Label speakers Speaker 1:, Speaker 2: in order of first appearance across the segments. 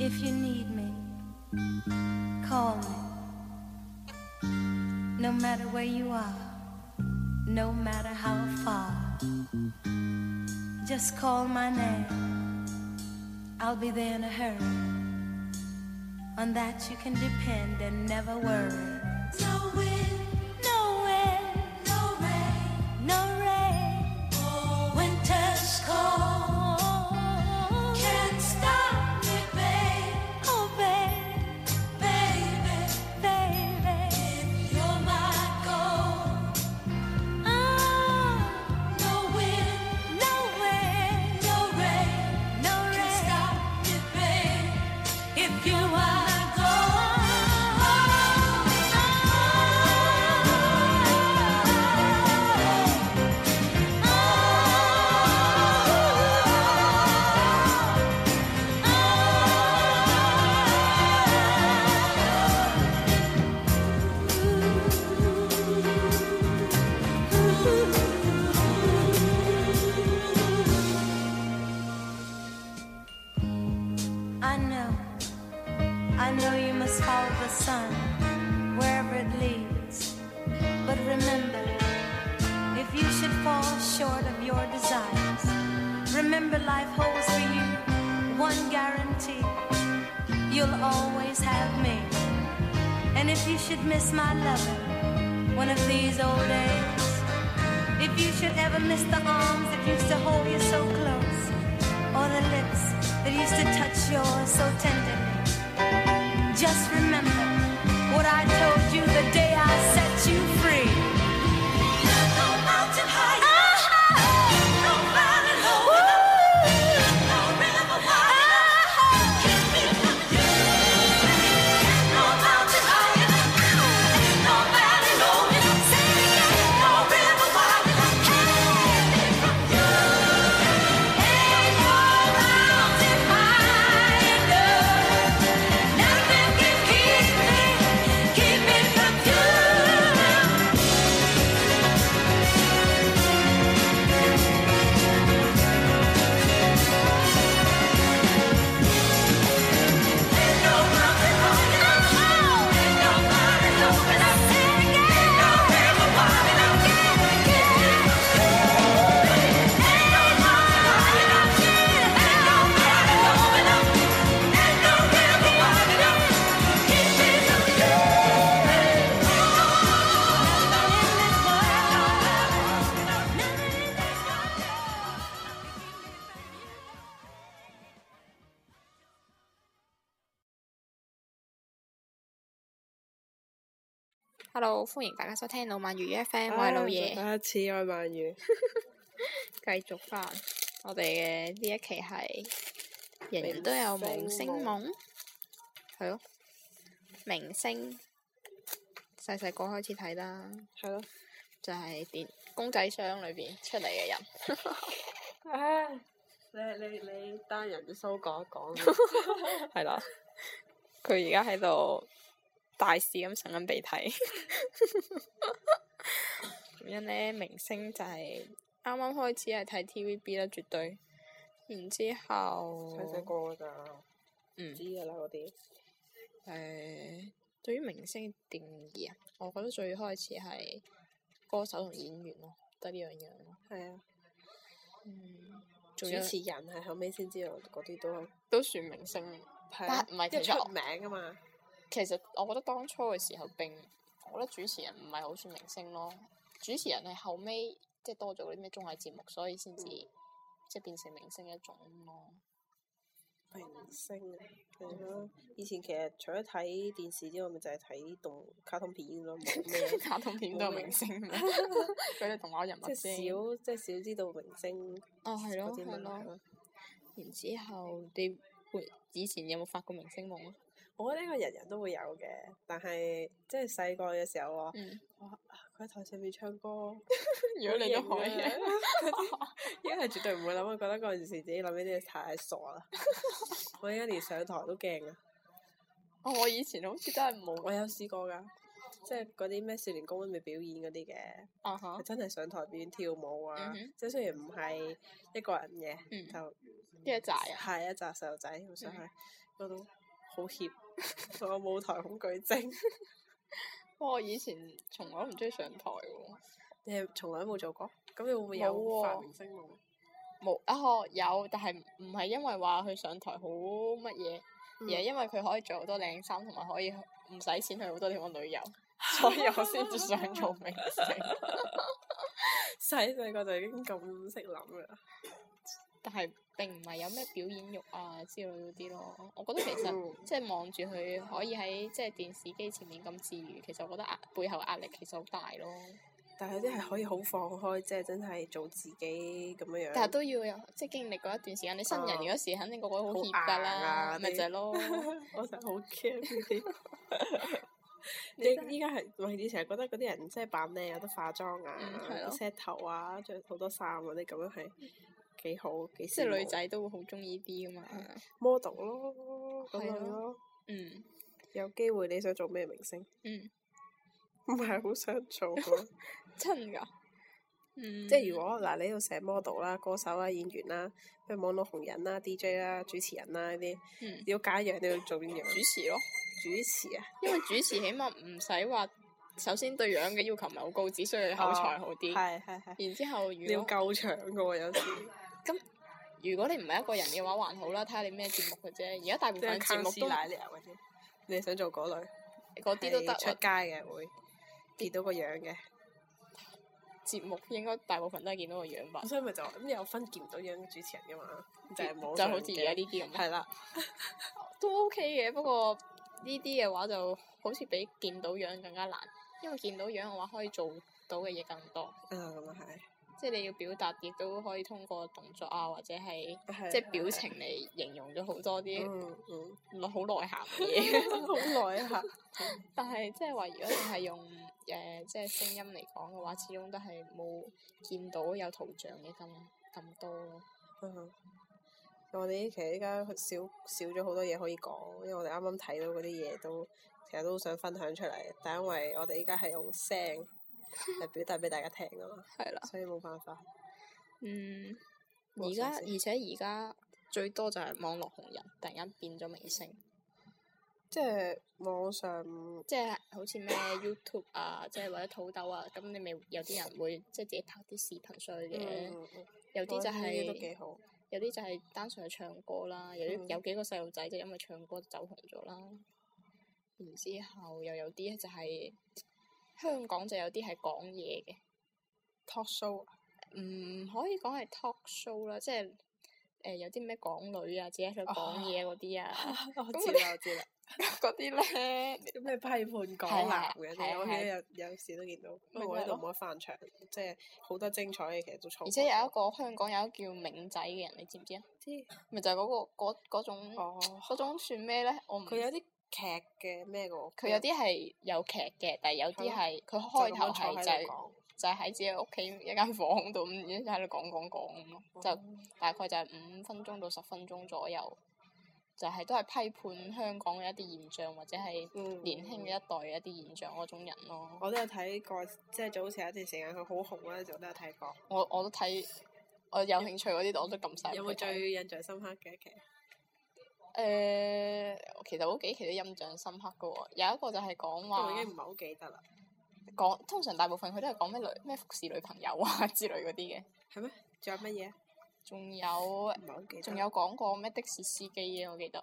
Speaker 1: if you need me, call me. No matter where you are, no matter how far, just call my name. I'll be there in a hurry. On that you can depend and never worry.
Speaker 2: No wind,
Speaker 1: No wind,
Speaker 2: no rain,
Speaker 1: no rain,
Speaker 2: oh, winter's cold. Can't stop me, babe,
Speaker 1: oh babe,
Speaker 2: baby.
Speaker 1: baby.
Speaker 2: You're Oh, my goal.
Speaker 1: Oh,
Speaker 2: No wind,
Speaker 1: no wind,
Speaker 2: no rain,
Speaker 1: no
Speaker 2: can
Speaker 1: rain.
Speaker 2: stop me, babe. If you're my goal.
Speaker 1: I know, I know you must follow the sun wherever it leads. But remember, if you should fall short of your desires, remember life holds for you one guarantee you'll always have me. And if you should miss my loving one of these old days, if you should ever miss the arms that used to hold you so close, or the lips that used to touch yours so tenderly, just remember what I told you the day I set you free.
Speaker 2: No mountain high, no valley low, no river wide can be from you. No mountain high, no valley low, no river wide can be from you. And your mountain high nothing can keep me, keep me from you.
Speaker 3: Hello，歡迎大家收聽《老萬粵語 FM》，我係老爺，
Speaker 4: 啊第一次愛鰻魚，
Speaker 3: 繼續翻我哋嘅呢一期係人人都有明星夢，係咯，明星細細個開始睇啦，
Speaker 4: 係咯，
Speaker 3: 就係、電公仔箱裏邊出嚟嘅人，
Speaker 4: 唉，你你你單人蘇講一講，
Speaker 3: 係啦，佢而家喺度大肆咁擤緊鼻涕。 原因咧，明星就係啱啱開始係睇 TVB 啦，絕對。然之後，
Speaker 4: 細細個咋，
Speaker 3: 嗯
Speaker 4: 知㗎啦嗰啲，
Speaker 3: 誒、對於明星嘅定義啊，我覺得最開始係歌手同演員咯，得呢樣嘢咯。
Speaker 4: 係啊，
Speaker 3: 嗯，
Speaker 4: 主
Speaker 3: 仲
Speaker 4: 持
Speaker 3: 有
Speaker 4: 人係後尾先知道嗰啲都係
Speaker 3: 都算明星。
Speaker 4: 啊
Speaker 3: 唔係
Speaker 4: 因為
Speaker 3: 其實我
Speaker 4: 出名啊嘛，
Speaker 3: 其實我覺得當初嘅時候並，我覺得主持人唔係好算明星咯。主持人係後尾即係多咗嗰啲咩綜藝節目，所以先至、即係變成明星嘅一種咯。。
Speaker 4: 明星啊，係咯，以前其實除咗睇電視之外，咪就係睇動卡通片咯，冇咩
Speaker 3: 卡通片都有明星嘅， 佢哋動畫人物
Speaker 4: 即係
Speaker 3: 啫。
Speaker 4: 少，即係少知道明星
Speaker 3: 哦，係
Speaker 4: 嗰
Speaker 3: 咯，
Speaker 4: 啲
Speaker 3: 係
Speaker 4: 嘛
Speaker 3: 咯。
Speaker 4: 係咯。
Speaker 3: 然之後，你會以前有冇發過明星夢啊？
Speaker 4: 我覺得呢個人人都會有嘅，但係即係細個嘅時候喎，
Speaker 3: 嗯，
Speaker 4: 哇佢喺台上面唱歌，
Speaker 3: 如果你都可以
Speaker 4: 型啊， 因為絕對唔會諗，我覺得嗰陣時自己諗呢啲嘢太傻 啦。我而家連上台都驚啊！
Speaker 3: 哦我以前好似真係冇，
Speaker 4: 我有試過㗎，即係嗰啲咩少年公會咪表演嗰啲嘅，
Speaker 3: 啊哈
Speaker 4: 係，真係上台表演跳舞啊
Speaker 3: 嗯哼！
Speaker 4: 即係雖然唔係一個人嘅
Speaker 3: 嗯，
Speaker 4: 就
Speaker 3: 一紮嗯啊，
Speaker 4: 係一紮細路仔咁上去，嗰度好怯，我有舞台恐懼 症。
Speaker 3: 哇我以前從來都唔中意上台喎。
Speaker 4: 你係從來都冇做過，咁你會唔會有
Speaker 3: 冇喎
Speaker 4: 發明星夢？
Speaker 3: 冇啊，有，但係唔係因為話佢上台好乜嘢，而
Speaker 4: 嗯
Speaker 3: 係因為佢可以着好多靚衫，同埋可以唔使錢去好多地方旅遊， 所以我先至想做明 星。
Speaker 4: 細細個就已經咁識諗啦。
Speaker 3: 但係並唔係有咩表演欲啊之類嗰啲咯。我覺得其
Speaker 4: 嗯
Speaker 3: 實即係望住佢可以喺即係電視機前面咁自如，其實我覺得壓背後壓力其實好大咯。
Speaker 4: 但係有啲係可以好放開，即係真係做自己咁樣樣。
Speaker 3: 但係都要有即係經歷過一段時間，你新人
Speaker 4: 啊
Speaker 3: 嗰時肯定個個好
Speaker 4: 好
Speaker 3: 怯㗎
Speaker 4: 硬啊
Speaker 3: 啦，咪
Speaker 4: 啲
Speaker 3: 就係咯。
Speaker 4: 我就係好驚呢 啲。你依家係唔係你成日覺得嗰啲人即係扮靚有得化妝啊
Speaker 3: 嗯係、咯
Speaker 4: set 頭啊、着好多衫嗰啲咁樣係幾好幾
Speaker 3: 即係女
Speaker 4: 羨慕
Speaker 3: 仔都會好中意啲㗎嘛。
Speaker 4: 嗯 model 咯咁
Speaker 3: 係
Speaker 4: 樣
Speaker 3: 咯
Speaker 4: 咯。
Speaker 3: 嗯
Speaker 4: 有機會你想做咩明星？
Speaker 3: 嗯。
Speaker 4: 唔係好想做喎，
Speaker 3: 真噶，嗯，
Speaker 4: 即係如果嗱，你呢度寫 model 啦、歌手啦、演員啦、咩網絡紅人啦、DJ 啦、主持人啦呢啲，
Speaker 3: 嗯
Speaker 4: 要揀一樣你要做邊樣？
Speaker 3: 主持咯，
Speaker 4: 主持啊，
Speaker 3: 因為主持起碼唔使話，首先對樣嘅要求唔係好高，只需要你口才好啲，
Speaker 4: 哦係係係，
Speaker 3: 然之後
Speaker 4: 你要
Speaker 3: 如果
Speaker 4: 夠長嘅喎 有時。
Speaker 3: 咁，如果你唔係一個人嘅話，還好啦，睇下你咩節目嘅啫。而家大部
Speaker 4: 即係
Speaker 3: 分節
Speaker 4: 卡
Speaker 3: 目
Speaker 4: 師
Speaker 3: 都
Speaker 4: 奶嚟啊，或者你想做嗰類，
Speaker 3: 嗰啲都得
Speaker 4: 係出
Speaker 3: 喎，
Speaker 4: 街嘅會見到個樣嘅，
Speaker 3: 節目應該大部分都係見到個樣吧，
Speaker 4: 咁所以咪就話咁有分見唔到樣嘅主持人噶嘛，就係冇
Speaker 3: 就好似而家呢啲咁，啊
Speaker 4: 係啦，啊
Speaker 3: 都 OK 嘅。不過呢啲嘅話就好似比見到樣更加難，因為見到樣嘅話可以做到嘅嘢更多。
Speaker 4: 啊咁啊係
Speaker 3: 即係你要表達，亦都可以通過動作啊，或者係
Speaker 4: 係
Speaker 3: 即係表情嚟形容咗好多啲
Speaker 4: 嗯嗯，
Speaker 3: 內好內涵嘅嘢。
Speaker 4: 好耐啊，
Speaker 3: 但係即係話，如果你係用誒、呃即係聲音嚟講嘅話，始終都係冇見到有圖像嘅咁咁多咯。
Speaker 4: 嗯我哋其實依家少少咗好多嘢可以講，因為我哋啱啱睇到嗰啲嘢都其實都想分享出嚟，但因為我哋依家係用聲嚟表達俾大家聽噶嘛，
Speaker 3: 係啦，
Speaker 4: 所以冇辦法。
Speaker 3: 嗯，
Speaker 4: 冇
Speaker 3: 而家
Speaker 4: 錯先
Speaker 3: 而且而家最多就係網絡紅人突然間變咗明星，
Speaker 4: 即係網上
Speaker 3: 即係好似咩 YouTube 啊，即係或者土豆啊，咁你咪有啲人會即係自己拍啲視頻上去嘅，
Speaker 4: 嗯嗯
Speaker 3: 有啲就
Speaker 4: 我覺得呢
Speaker 3: 係、
Speaker 4: 啲都幾 好。
Speaker 3: 有啲就係單純係唱歌啦，有啲
Speaker 4: 嗯
Speaker 3: 有幾個細路仔就因為唱歌就走紅咗啦。然之後又有啲就係、香港就有啲係講嘢嘅，
Speaker 4: talk show 啊
Speaker 3: 唔嗯可以講係 talk show 啦，即係誒、呃有啲咩港女啊，自己喺度
Speaker 4: 哦
Speaker 3: 講嘢嗰啲 啊，
Speaker 4: 我
Speaker 3: 咁
Speaker 4: 知啦，我知 啦，
Speaker 3: 嗰啲咧
Speaker 4: 咩批判
Speaker 3: 係
Speaker 4: 港男
Speaker 3: 啊
Speaker 4: 嘅
Speaker 3: 係
Speaker 4: 啲，
Speaker 3: 啊
Speaker 4: 我記得
Speaker 3: 係
Speaker 4: 有有時都見到，不
Speaker 3: 咪
Speaker 4: 過我呢
Speaker 3: 係
Speaker 4: 度
Speaker 3: 咯
Speaker 4: 冇得翻牆，即係好多精彩嘅其實都錯過咗。
Speaker 3: 而且有一個香港有一個叫明仔嘅人，你知唔知啊？
Speaker 4: 知
Speaker 3: 咪就係嗰、個嗰嗰種嗰、
Speaker 4: 哦，
Speaker 3: 種算咩咧？我唔
Speaker 4: 佢有啲劇嘅咩嘅喎，
Speaker 3: 佢有啲係有劇嘅，但係有啲係佢
Speaker 4: 就
Speaker 3: 開
Speaker 4: 咁
Speaker 3: 頭
Speaker 4: 樣坐
Speaker 3: 係
Speaker 4: 喺
Speaker 3: 就係
Speaker 4: 度講
Speaker 3: 就係喺自己屋企一間房度，咁然之後喺度講講講咁咯，
Speaker 4: 哦
Speaker 3: 就大概就係五分鐘到十分鐘左右，就係、都係批判香港嘅一啲現象，或者係
Speaker 4: 嗯
Speaker 3: 年輕嘅一代嘅一啲現象嗰種人咯。
Speaker 4: 我都有睇過，即係早前有一段時間佢好紅嗰陣時，我都有睇過。
Speaker 3: 我我都睇，我有興趣嗰啲我都撳晒。
Speaker 4: 有冇最印象深刻嘅一劇？
Speaker 3: 誒、其實嗰幾期都印象深刻嘅喎，有一個就係講
Speaker 4: 因為我
Speaker 3: 話
Speaker 4: 已經唔係好記得啦。
Speaker 3: 講，通常大部分佢都係講咩女咩服侍女朋友啊之類嗰啲嘅，
Speaker 4: 係咩？仲有乜嘢？
Speaker 3: 仲有
Speaker 4: 唔係好記得。
Speaker 3: 仲有講過咩的士司機嘅，我記得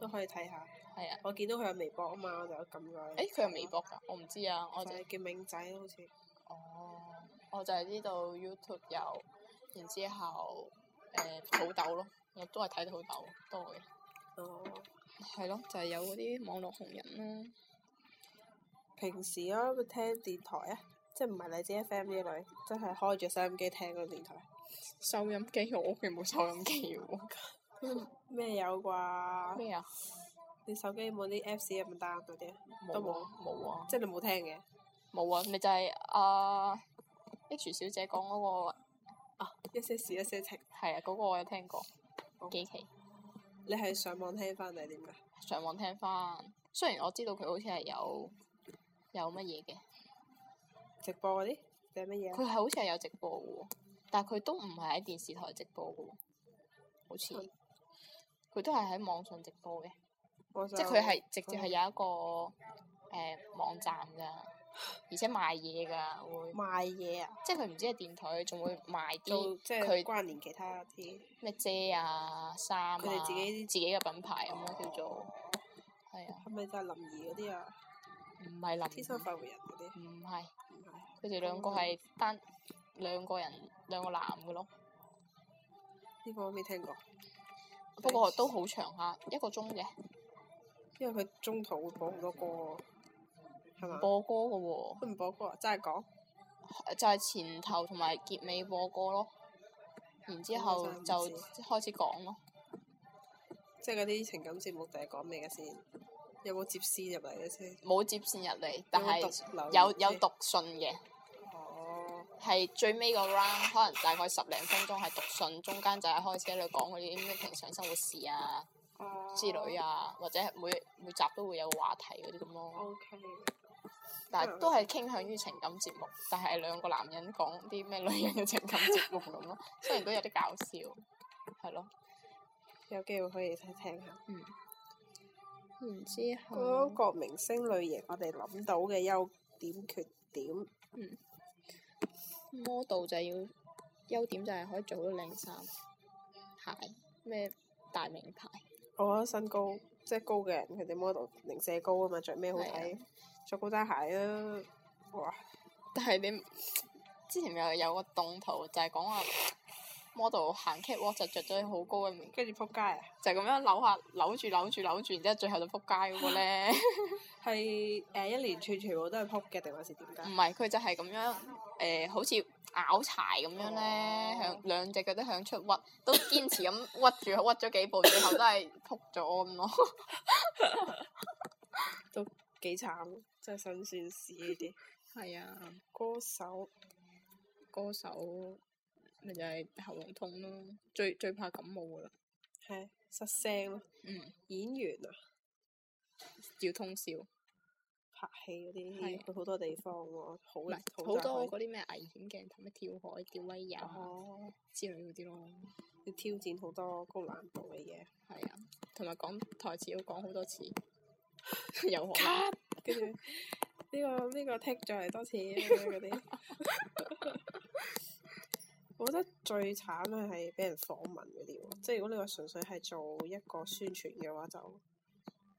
Speaker 4: 都可以睇下。
Speaker 3: 係啊。
Speaker 4: 我見到佢有微博啊嘛，我就撳咗。
Speaker 3: 誒佢有微博㗎，我唔知啊，我就
Speaker 4: 就係叫明仔咯，好似。
Speaker 3: 哦，我就係知道 YouTube 有，然之後誒、土豆咯，我都係睇土豆多嘅，
Speaker 4: 哦。
Speaker 3: 係咯，就係、有嗰啲網絡紅人咯，
Speaker 4: 平時啊，會聽電台啊，即係唔係荔枝 FM 呢類，真係開住收音機聽嗰個電台。
Speaker 3: 收音機我屋企冇收音機喎，
Speaker 4: 咩有啩？
Speaker 3: 咩啊？
Speaker 4: 你手機冇啲 Apps 入面 down 嗰啲啊，都
Speaker 3: 冇啊冇啊
Speaker 4: 即係你冇聽嘅。
Speaker 3: 冇啊，咪就係、啊、H 小姐講嗰、個
Speaker 4: 啊，一些事一些情，
Speaker 3: 係啊，嗰、個我有聽過
Speaker 4: 哦
Speaker 3: 幾期，
Speaker 4: 你係上網聽翻定係點㗎？
Speaker 3: 上網聽翻，雖然我知道佢好似係有有乜嘢嘅，
Speaker 4: 直播嗰啲定係乜嘢
Speaker 3: 佢
Speaker 4: 啊？
Speaker 3: 係好似係有直播嘅喎，但係佢都唔係喺電視台直播嘅喎，好似佢都係喺網上直播嘅，
Speaker 4: 我
Speaker 3: 即
Speaker 4: 想
Speaker 3: 係佢係直接係有一個誒、呃、網站㗎，而且賣嘢㗎會，
Speaker 4: 賣嘢啊，
Speaker 3: 即係佢唔知係電台，仲會賣
Speaker 4: 做
Speaker 3: 啲
Speaker 4: 即係
Speaker 3: 佢
Speaker 4: 關聯其他啲。
Speaker 3: 咩遮啊、衫啊，
Speaker 4: 佢哋自己
Speaker 3: 自己嘅品牌咁樣叫做，係啊，
Speaker 4: 係咪就係林怡嗰啲啊？
Speaker 3: 唔係林
Speaker 4: 天生快活人嗰啲，
Speaker 3: 唔係，
Speaker 4: 唔係
Speaker 3: 佢哋兩個
Speaker 4: 哦
Speaker 3: 係單兩個人兩個男嘅咯，
Speaker 4: 呢個我未聽過，
Speaker 3: 不過都好長下，一個鐘嘅，
Speaker 4: 啊因為佢中途會播好多歌喎，係嘛？
Speaker 3: 播歌嘅喎、
Speaker 4: 都唔播歌啊，真係講
Speaker 3: 就係前頭同埋結尾播歌咯，然之後
Speaker 4: 咁我真係
Speaker 3: 就
Speaker 4: 唔知
Speaker 3: 開始講咯，
Speaker 4: 即係嗰啲情感節目定係講咩嘅先？有冇接線入嚟嘅先？
Speaker 3: 冇接線入嚟，但係
Speaker 4: 有冇讀留言
Speaker 3: 有有
Speaker 4: 先
Speaker 3: 讀信嘅，
Speaker 4: 哦，
Speaker 3: 係最尾個 round 可能大概十零分鐘係讀信，中間就係開始喺度講嗰啲咩平常生活事啊
Speaker 4: 哦
Speaker 3: 之類啊，或者每每集都會有個話題嗰啲咁咯。
Speaker 4: O K，
Speaker 3: 但係都係傾向於情感節目，但係兩個男人講啲咩女人嘅情感節目咁咯，雖然都有啲搞笑，係咯。
Speaker 4: 有機會可以睇聽下。
Speaker 3: 然之
Speaker 4: 嗰，個明星類型，我哋諗到嘅優點缺點，
Speaker 3: model 就係要優點就係可以做到靚衫、鞋咩大名牌，
Speaker 4: 我覺得身高即係高嘅人，佢哋 model 零舍高啊嘛，着咩好
Speaker 3: 係
Speaker 4: 睇？着高踭鞋啊！哇，
Speaker 3: 但係你之前有有個動圖就係講話 model 行 catwalk 就着咗好高嘅面，
Speaker 4: 跟住撲街啊！
Speaker 3: 就咁樣扭下扭住扭住扭住，然之後最後就撲街嗰個咧。
Speaker 4: 係誒、一連串全部都係撲嘅，定還是點
Speaker 3: 唔
Speaker 4: 解？
Speaker 3: 係，佢就係咁樣誒、呃好似拗柴咁樣咧，向兩隻腳都向出屈，都堅持咁屈住， 屈咗幾步，最後都係撲咗咁咯。
Speaker 4: 幾慘，真係辛酸事呢啲。
Speaker 3: 係啊，
Speaker 4: 歌手
Speaker 3: 歌手咪就係喉嚨痛咯，最最怕感冒噶啦。
Speaker 4: 係失聲咯，
Speaker 3: 嗯，
Speaker 4: 演員啊，
Speaker 3: 要通宵，
Speaker 4: 拍戲嗰
Speaker 3: 係啊
Speaker 4: 啲去好多地方喎，好
Speaker 3: 唔係好
Speaker 4: 好
Speaker 3: 多
Speaker 4: 多
Speaker 3: 嗰啲咩危險鏡頭，咩跳海、吊威也
Speaker 4: 哦，
Speaker 3: 之類嗰啲咯。
Speaker 4: 要挑戰好多高難度嘅嘢，
Speaker 3: 係啊，同埋講台詞要講好多次， 有可能。
Speaker 4: 跟住呢個呢、個剔咗嚟多次 嗰啲。我覺得最慘嘅係俾人訪問嗰啲喎，即係如果你話純粹係做一個宣傳嘅話，就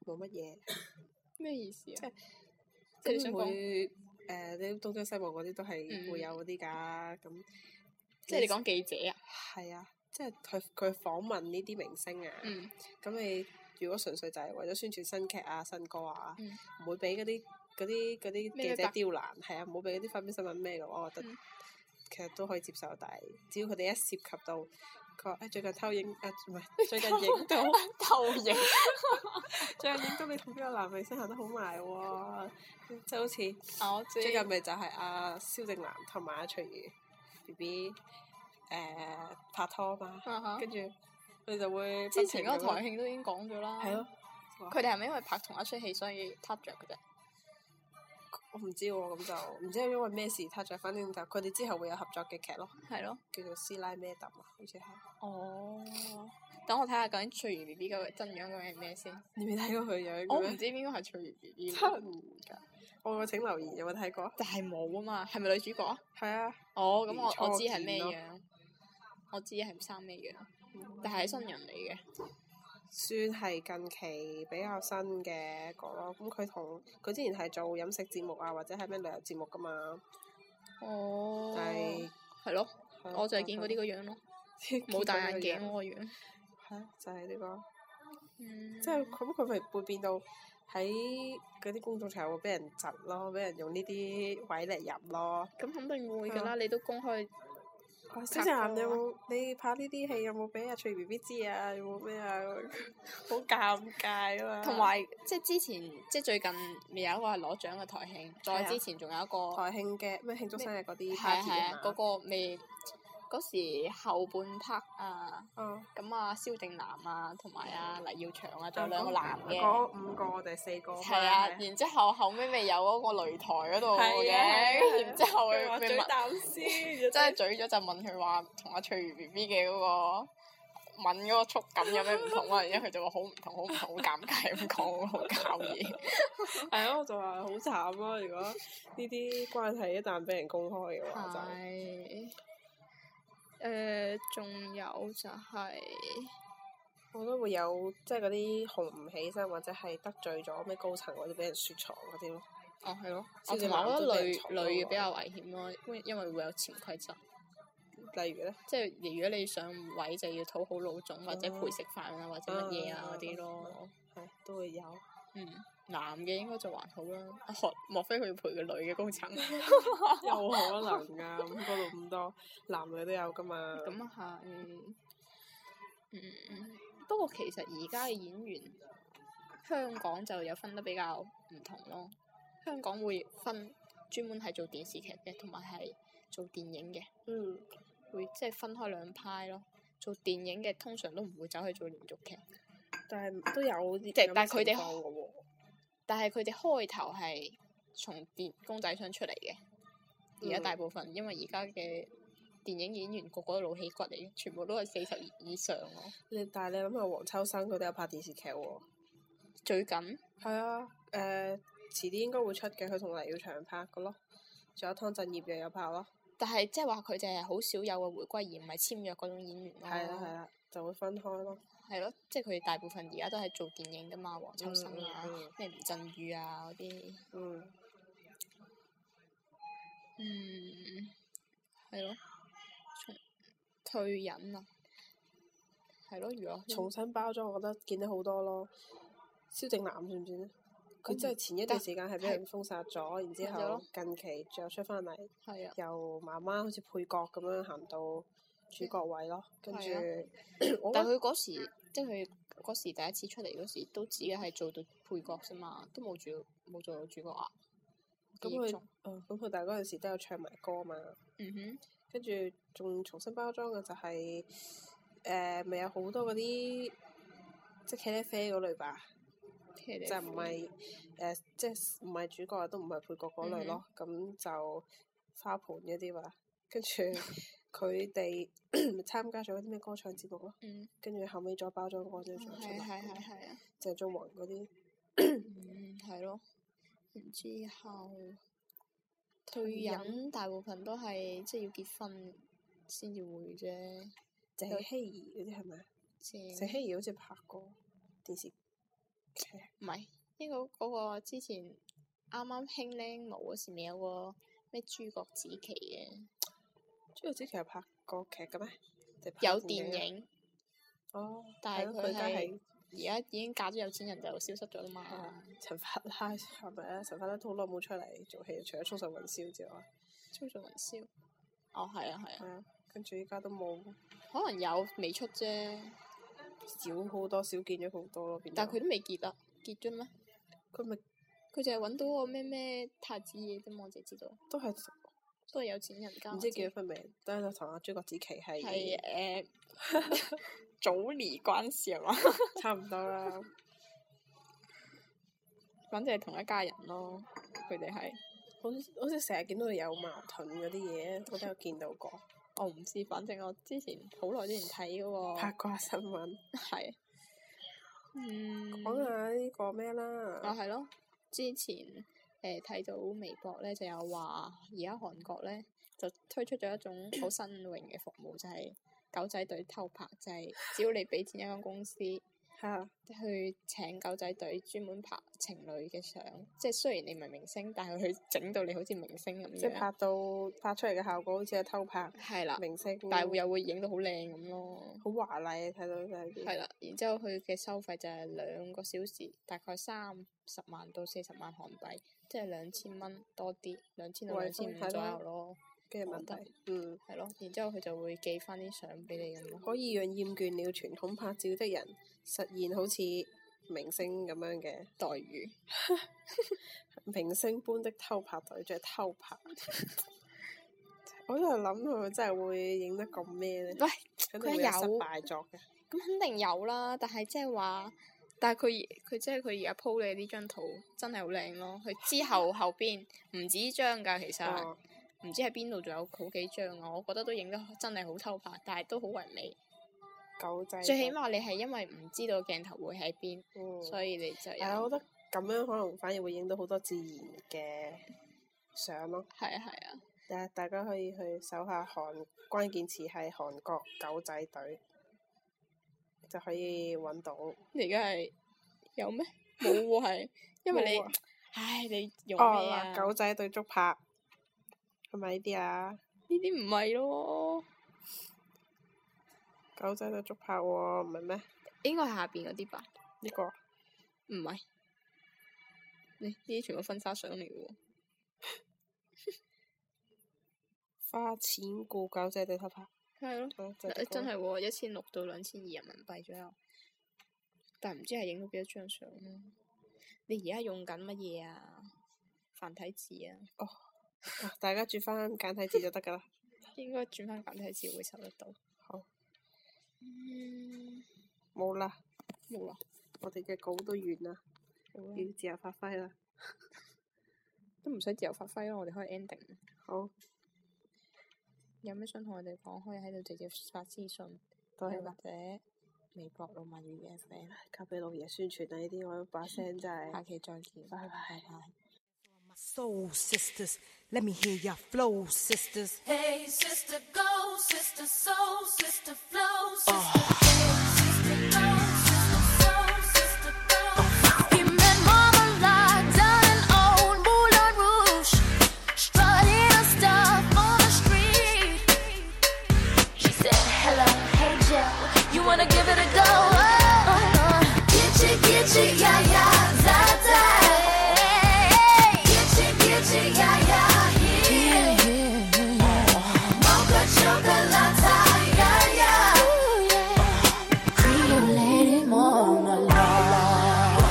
Speaker 4: 冇乜嘢。
Speaker 3: 咩意思啊？即係
Speaker 4: 即
Speaker 3: 你
Speaker 4: 係
Speaker 3: 想講
Speaker 4: 會誒，呃你東張西望嗰啲都係
Speaker 3: 嗯
Speaker 4: 會有嗰啲㗎，咁
Speaker 3: 即係你講記者啊？
Speaker 4: 係啊，即係佢佢訪問呢啲明星啊，
Speaker 3: 嗯。
Speaker 4: 咁你如果純粹就係為咗宣傳新劇啊、新歌啊，
Speaker 3: 嗯
Speaker 4: 唔會俾嗰啲嗰啲嗰啲
Speaker 3: 咩
Speaker 4: 記者
Speaker 3: 白
Speaker 4: 刁難，係啊，唔好俾嗰啲花邊新聞咩嘅，我覺得
Speaker 3: 嗯
Speaker 4: 其實都可以接受，但係只要佢哋一涉及到佢話誒哎最近偷影 啊，唔係最近影到。
Speaker 3: 偷 影，
Speaker 4: 最近影到你同邊個男明星行得好埋喎，即係好似
Speaker 3: 啊我知
Speaker 4: 最近咪就係阿蕭正楠同埋阿徐瑜 B B 誒拍拖嘛，
Speaker 3: 啊哈
Speaker 4: 跟住佢就會不
Speaker 3: 之前
Speaker 4: 停
Speaker 3: 嗰
Speaker 4: 咁
Speaker 3: 個台
Speaker 4: 樣
Speaker 3: 慶都已經講咗啦。
Speaker 4: 係咯，
Speaker 3: 佢哋係咪因為拍同一出戲所以撻着嘅啫？
Speaker 4: 我唔知喎，咁就唔知係因為咩事他着，反正就佢哋之後會有合作嘅劇咯，
Speaker 3: 係咯。
Speaker 4: 叫做師奶咩揼啊，好似係
Speaker 3: 哦。等我睇下究竟翠如 B B 嘅真樣究竟係咩先。
Speaker 4: 你未睇過佢樣
Speaker 3: 我
Speaker 4: 嘅
Speaker 3: 唔
Speaker 4: 咩？
Speaker 3: 知邊個係翠如 B B，
Speaker 4: 真㗎，我個請留言有冇睇過？
Speaker 3: 但係冇啊嘛，係咪女主角啊？
Speaker 4: 係啊，
Speaker 3: 哦，咁我
Speaker 4: 年初
Speaker 3: 我知係咩
Speaker 4: 見
Speaker 3: 樣，我知係生咩樣，但係新人嚟嘅。
Speaker 4: 算係近期比較新嘅一個咯。咁佢同佢之前係做飲食節目啊，或者係咩旅遊節目噶嘛。
Speaker 3: 哦
Speaker 4: 但係
Speaker 3: 係咯，
Speaker 4: 係啊
Speaker 3: 我就係見過呢個樣咯，冇戴眼鏡嗰個樣。
Speaker 4: 係啊就係呢個。
Speaker 3: 嗯
Speaker 4: 即係咁，佢咪會變到喺嗰啲公眾場合會俾人窒咯，俾人用呢啲位嚟入咯。
Speaker 3: 咁肯定會㗎啦，你都公開
Speaker 4: 哇小姐男，你有冇你拍呢啲戲有冇俾阿翠 B B 知啊？有冇咩啊？ 咁樣好尷尬啊嘛！
Speaker 3: 同埋即係之前即係最近咪有一個係攞獎嘅台慶，
Speaker 4: 係
Speaker 3: 再
Speaker 4: 啊
Speaker 3: 之前仲有一個
Speaker 4: 台慶嘅咩慶祝生日嗰啲
Speaker 3: 係啊
Speaker 4: party
Speaker 3: 係
Speaker 4: 啊
Speaker 3: 啊嗰
Speaker 4: 嘛，
Speaker 3: 個未嗰時後半 part 啊，
Speaker 4: 哦，
Speaker 3: 咁啊蕭定南啊，同埋啊黎耀祥啊，仲有兩個
Speaker 4: 嗰
Speaker 3: 男嘅，
Speaker 4: 嗰五個我哋四個嘛。
Speaker 3: 係啊，然之後後尾咪有嗰個擂台嗰度
Speaker 4: 係
Speaker 3: 嘅，然之後
Speaker 4: 佢話
Speaker 3: 啊佢咪
Speaker 4: 最
Speaker 3: 問
Speaker 4: 膽先，
Speaker 3: 啊真係嘴咗就問佢話同阿翠如 B B 嘅嗰個吻嗰個觸感有咩唔同啊？然之後佢就話好唔同，好唔同，好尷尬咁講，好搞嘢。
Speaker 4: 係咯，我就話好慘咯。如果呢啲關係一旦俾人公開嘅話，就
Speaker 3: 係。誒，仲、有就係、
Speaker 4: 我都會有即係嗰啲紅唔起身，或者係得罪咗咩高層或者俾人雪藏嗰啲咯。
Speaker 3: 哦，係咯，
Speaker 4: 少
Speaker 3: 我
Speaker 4: 女
Speaker 3: 同埋我覺
Speaker 4: 男都
Speaker 3: 得
Speaker 4: 俾人
Speaker 3: 女
Speaker 4: 嘈咯
Speaker 3: 女嘅比較危險咯，因為因為會有潛規則，
Speaker 4: 例如咧，
Speaker 3: 即係如果你上位就要討好老總或者陪食飯啊或者乜嘢啊嗰啲咯。
Speaker 4: 係都 會有。
Speaker 3: 嗯，男嘅應該就還好啦，啊學莫非佢要陪個女嘅高 層？
Speaker 4: 有可能噶，咁嗰度啊咁多男女都有噶嘛。
Speaker 3: 咁啊係，嗯，不過其實而家嘅演員，香港就有分得比較唔同咯。香港會分專門係做電視劇嘅，同埋係做電影嘅，
Speaker 4: 嗯，
Speaker 3: 會即係分開兩派咯。做電影嘅通常都唔會走去做連續劇，
Speaker 4: 但係都有啲
Speaker 3: 係
Speaker 4: 咁
Speaker 3: 但係佢哋
Speaker 4: 嘅情況㗎喎
Speaker 3: 但係佢哋開頭係從電公仔箱出嚟嘅。而家
Speaker 4: 嗯
Speaker 3: 大部分、因為而家嘅電影演員個個都老戲骨嚟嘅，全部都係四十以上咯。
Speaker 4: 你但係你諗下，黃秋生佢都有拍電視劇喎。
Speaker 3: 最近。
Speaker 4: 係啊，誒、遲啲應該會出嘅，佢同黎耀祥拍嘅咯，仲有湯鎮業又有拍咯，
Speaker 3: 但係即係話佢哋係好少有嘅回歸，而唔係簽約嗰種演員咯。
Speaker 4: 係啦係啦，就會分開咯。
Speaker 3: 係咯，即係佢哋大部分而家都係做電影噶嘛，黃秋生啊
Speaker 4: 嗯嗯，
Speaker 3: 咩吳鎮宇啊嗰啲，
Speaker 4: 嗯，
Speaker 3: 嗯，係咯，從退隱啊，係咯，娛樂圈
Speaker 4: 重新包裝，我覺得見得好多咯。蕭正楠算唔算咧？佢真係前一段時間係俾人封殺咗，然之
Speaker 3: 咪就係
Speaker 4: 後
Speaker 3: 咯
Speaker 4: 近期仲有出翻嚟，
Speaker 3: 係啊，
Speaker 4: 由媽媽好似配角咁樣行到主角位咯，跟住 我覺
Speaker 3: 但
Speaker 4: 得
Speaker 3: 係佢嗰時即係佢嗰時第一次出嚟嗰時，都只係做到配角啫嘛，都冇主冇做到主角啊。
Speaker 4: 咁
Speaker 3: 記憶
Speaker 4: 佢
Speaker 3: 中，
Speaker 4: 嗯咁佢但係嗰陣時都有唱埋歌嘛。
Speaker 3: 嗯哼，
Speaker 4: 跟住仲重新包裝嘅就係誒咪有好多嗰啲即係茄喱啡嗰類吧，
Speaker 3: 就
Speaker 4: 就唔係誒即係唔係主角啊都唔係配角嗰類咯，
Speaker 3: 嗯
Speaker 4: 咁、就花盆嗰啲吧。 跟住佢哋 參加咗啲咩歌唱節目咯，
Speaker 3: 嗯，
Speaker 4: 跟住後尾再包裝歌唱出
Speaker 3: 係
Speaker 4: 嚟，
Speaker 3: 係係係啊。
Speaker 4: 鄭中雲嗰啲
Speaker 3: 嗯，係咯。然之後退隱大部分都係即係要結婚先至會啫。
Speaker 4: 鄭希怡嗰啲係咪啊？
Speaker 3: 正
Speaker 4: 鄭希怡好似拍過電視劇，
Speaker 3: 唔係應該嗰個之前啱啱興靚模嗰時咪有個咩諸葛紫棋嘅，
Speaker 4: 朱浩之其實拍過劇嘅咩？定拍
Speaker 3: 有
Speaker 4: 影
Speaker 3: 電
Speaker 4: 啊
Speaker 3: 影，
Speaker 4: 哦，
Speaker 3: 但係
Speaker 4: 咯佢
Speaker 3: 佢
Speaker 4: 而家
Speaker 3: 係啊
Speaker 4: 係啊
Speaker 3: 而家已經嫁咗有錢人就消失咗啦嘛。
Speaker 4: 陳法拉係咪啊？陳法拉都好耐冇出嚟做戲，除咗《衝上雲霄》之外，
Speaker 3: 超做雲霄。哦，係啊，係
Speaker 4: 係
Speaker 3: 啊，
Speaker 4: 啊，跟住依家都冇
Speaker 3: 可能有未出啫，
Speaker 4: 少好多，少見咗好多咯。變咗
Speaker 3: 但係佢都未結啊，結咗咩？
Speaker 4: 佢咪
Speaker 3: 佢就係揾到個咩咩太子嘢啫嘛，我就知道，
Speaker 4: 都係
Speaker 3: 都係有錢人家。
Speaker 4: 唔知結咗婚未？但係同阿朱國子琪
Speaker 3: 係啊
Speaker 4: 係
Speaker 3: 誒 早年關事係嘛？
Speaker 4: 差唔多啦。
Speaker 3: 反正係同一家人咯，佢哋係
Speaker 4: 好似好似成日見到佢有矛盾嗰啲嘢，我都有見到過。
Speaker 3: 我哦唔知，反正我之前好耐之前睇嗰
Speaker 4: 八
Speaker 3: 個
Speaker 4: 卦新聞
Speaker 3: 係嗯
Speaker 4: 講下呢個咩
Speaker 3: 啊
Speaker 4: 啦？
Speaker 3: 係咯，之前誒睇、到微博咧就有話，而家韓國咧就推出咗一種好新穎嘅服務，就係、狗仔隊偷拍，就係、只要你俾錢一間公司。
Speaker 4: 嚇
Speaker 3: 去請狗仔隊專門拍情侶嘅相，即係雖然你唔係明星，但係佢整到你好似明星咁
Speaker 4: 即係
Speaker 3: 樣。
Speaker 4: 拍到拍出嚟嘅效果好似係偷拍
Speaker 3: 啊係啦，
Speaker 4: 明星，
Speaker 3: 但係會又會影到好靚咁咯。
Speaker 4: 好華麗，啊睇到就係啲
Speaker 3: 係啦，然之後佢嘅收費就係兩個小時，大概三十萬到四十萬韓幣，即係兩千蚊多啲，兩千到
Speaker 4: 為
Speaker 3: 兩千
Speaker 4: 分
Speaker 3: 五
Speaker 4: 係
Speaker 3: 左
Speaker 4: 咯
Speaker 3: 右咯。
Speaker 4: 嘅問題。嗯。
Speaker 3: 係咯，然之後佢就會寄翻啲相俾你咁咯。
Speaker 4: 可以讓厭倦了傳統拍照的人實現好似明星咁樣嘅
Speaker 3: 待遇
Speaker 4: 明星般的偷拍隊，仲係偷拍。我喺度諗佢真係會影得咁咩咧？
Speaker 3: 喂，
Speaker 4: 肯定會有
Speaker 3: 有
Speaker 4: 失敗作嘅。
Speaker 3: 咁肯定有啦，但係即係話，但係佢而佢即係佢而家 po 你呢張圖真係好靚咯。佢之後後邊唔止呢張㗎，其實唔、
Speaker 4: 哦
Speaker 3: 知喺邊度仲有好幾張啊！我覺得都影得真係好偷拍，但係都好唯美。
Speaker 4: 狗仔
Speaker 3: 最
Speaker 4: 就
Speaker 3: 起碼你係因為唔知道鏡頭會喺邊，
Speaker 4: 嗯
Speaker 3: 所以你就有
Speaker 4: 但係我覺得咁樣可能反而會影到好多自然嘅相咯。
Speaker 3: 係啊係啊，
Speaker 4: 大大家可以去搜下韓關鍵詞係韓國狗仔隊，就可以揾到。
Speaker 3: 你而家係有咩冇喎？係 因為
Speaker 4: 冇啊
Speaker 3: 你唉你用
Speaker 4: 哦，
Speaker 3: 咩啊？
Speaker 4: 嗱狗仔隊捉拍係咪呢啲啊？
Speaker 3: 呢啲唔係咯，
Speaker 4: 狗仔隊捉拍喎，唔係咩？
Speaker 3: 應該係下邊嗰啲吧？
Speaker 4: 呢個
Speaker 3: 唔係，你呢啲全部婚紗相嚟嘅喎。
Speaker 4: 花錢雇狗仔隊偷拍，
Speaker 3: 係咯，
Speaker 4: 啊就
Speaker 3: 誒真
Speaker 4: 係呢
Speaker 3: 係喎，一千六到兩千二人民幣左右，但唔知係影咗幾多張相咯。你而家用緊乜嘢啊？繁體字啊，
Speaker 4: 個啊大家轉翻簡體字就得㗎啦。
Speaker 3: 應該轉翻簡體字會搜得到。
Speaker 4: 好，
Speaker 3: 嗯，
Speaker 4: 冇啦，
Speaker 3: 冇啊啦，
Speaker 4: 我哋嘅稿都完啦，
Speaker 3: 好啦
Speaker 4: 要自由發揮啦。
Speaker 3: 都唔使自由發揮咯，我哋可以 ending。
Speaker 4: 好，
Speaker 3: 有咩想同我哋講，可以喺度直接發私信，
Speaker 4: 都係
Speaker 3: 又或
Speaker 4: 啦，
Speaker 3: 者微博老萬語 FM。
Speaker 4: 交俾老爺宣傳啊！呢啲我把聲真
Speaker 3: 下
Speaker 4: 係，
Speaker 3: 期再見，
Speaker 4: 拜拜
Speaker 3: 拜拜
Speaker 5: My soul sisters, let me hear your flow, sisters.
Speaker 2: Hey, sister, go, sister, soul, sister, flow, sister, hey, sister, go, sister, soul, sister, flow. He met Mama Light down in old Moulin Rouge, strutting her stuff on the street. She said, hello, hey Joe, you wanna give it a go? Oh, uh, Get you, get you, yeah, yeah, that, that. Get you, get you, yeah, yeah, here. Mocha chocolate, yeah, yeah. Cream lady, mama, la.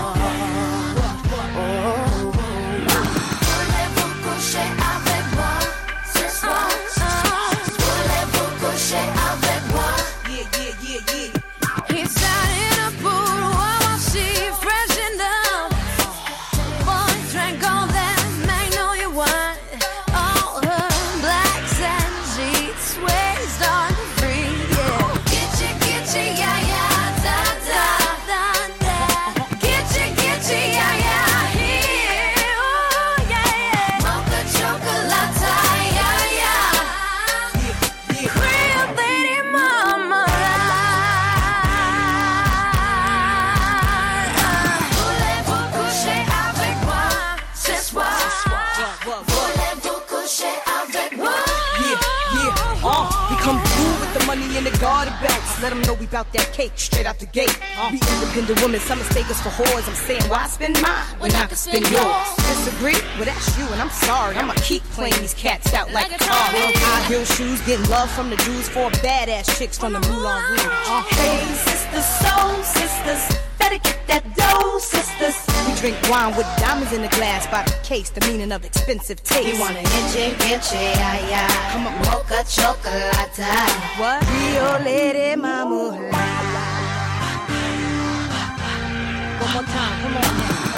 Speaker 2: Voulez-vous coucher avec moi ce soir? Voulez-vous coucher avec moi?
Speaker 5: Yeah, yeah, yeah, yeah.
Speaker 2: He's out in a boudoir while she freshened up. One drink on that magnolia wine. All her blacks and jeans, waist on free, yeah. Get you, get you, yeah, yeah, da, da, da, da. Get you, get you, yeah, yeah, here, oh, yeah, yeah. Mocha chocolate, yeah, yeah. Real lady mama Voulez-vous coucher avec moi ce soir? Voulez-vous coucher avec moi?
Speaker 5: Yeah, yeah, uh, we come through with the money in the garden bags. Let them know we bout that cake straight out the gate. We independent women, some mistake us for whores. I'm saying, why spend mine when I can spend yours? Disagree? Well, that's you, and I'm sorry. I'ma keep playing these cats out like,
Speaker 2: Like
Speaker 5: like
Speaker 2: a
Speaker 5: a
Speaker 2: car.
Speaker 5: car. High heel shoes, getting love from the dudes, four badass chicks from the Moulin Rouge. Uh,
Speaker 2: Hey sisters, soul sisters, better get that dough, sisters.
Speaker 5: We drink wine with diamonds in the glass by the case, the meaning of expensive taste.
Speaker 2: You wanna itchy, itchy, ay, ay.
Speaker 5: Come on.
Speaker 2: Mocha chocolate.
Speaker 5: what? Rio Lady Mama. One more time, come on now. Uh, uh,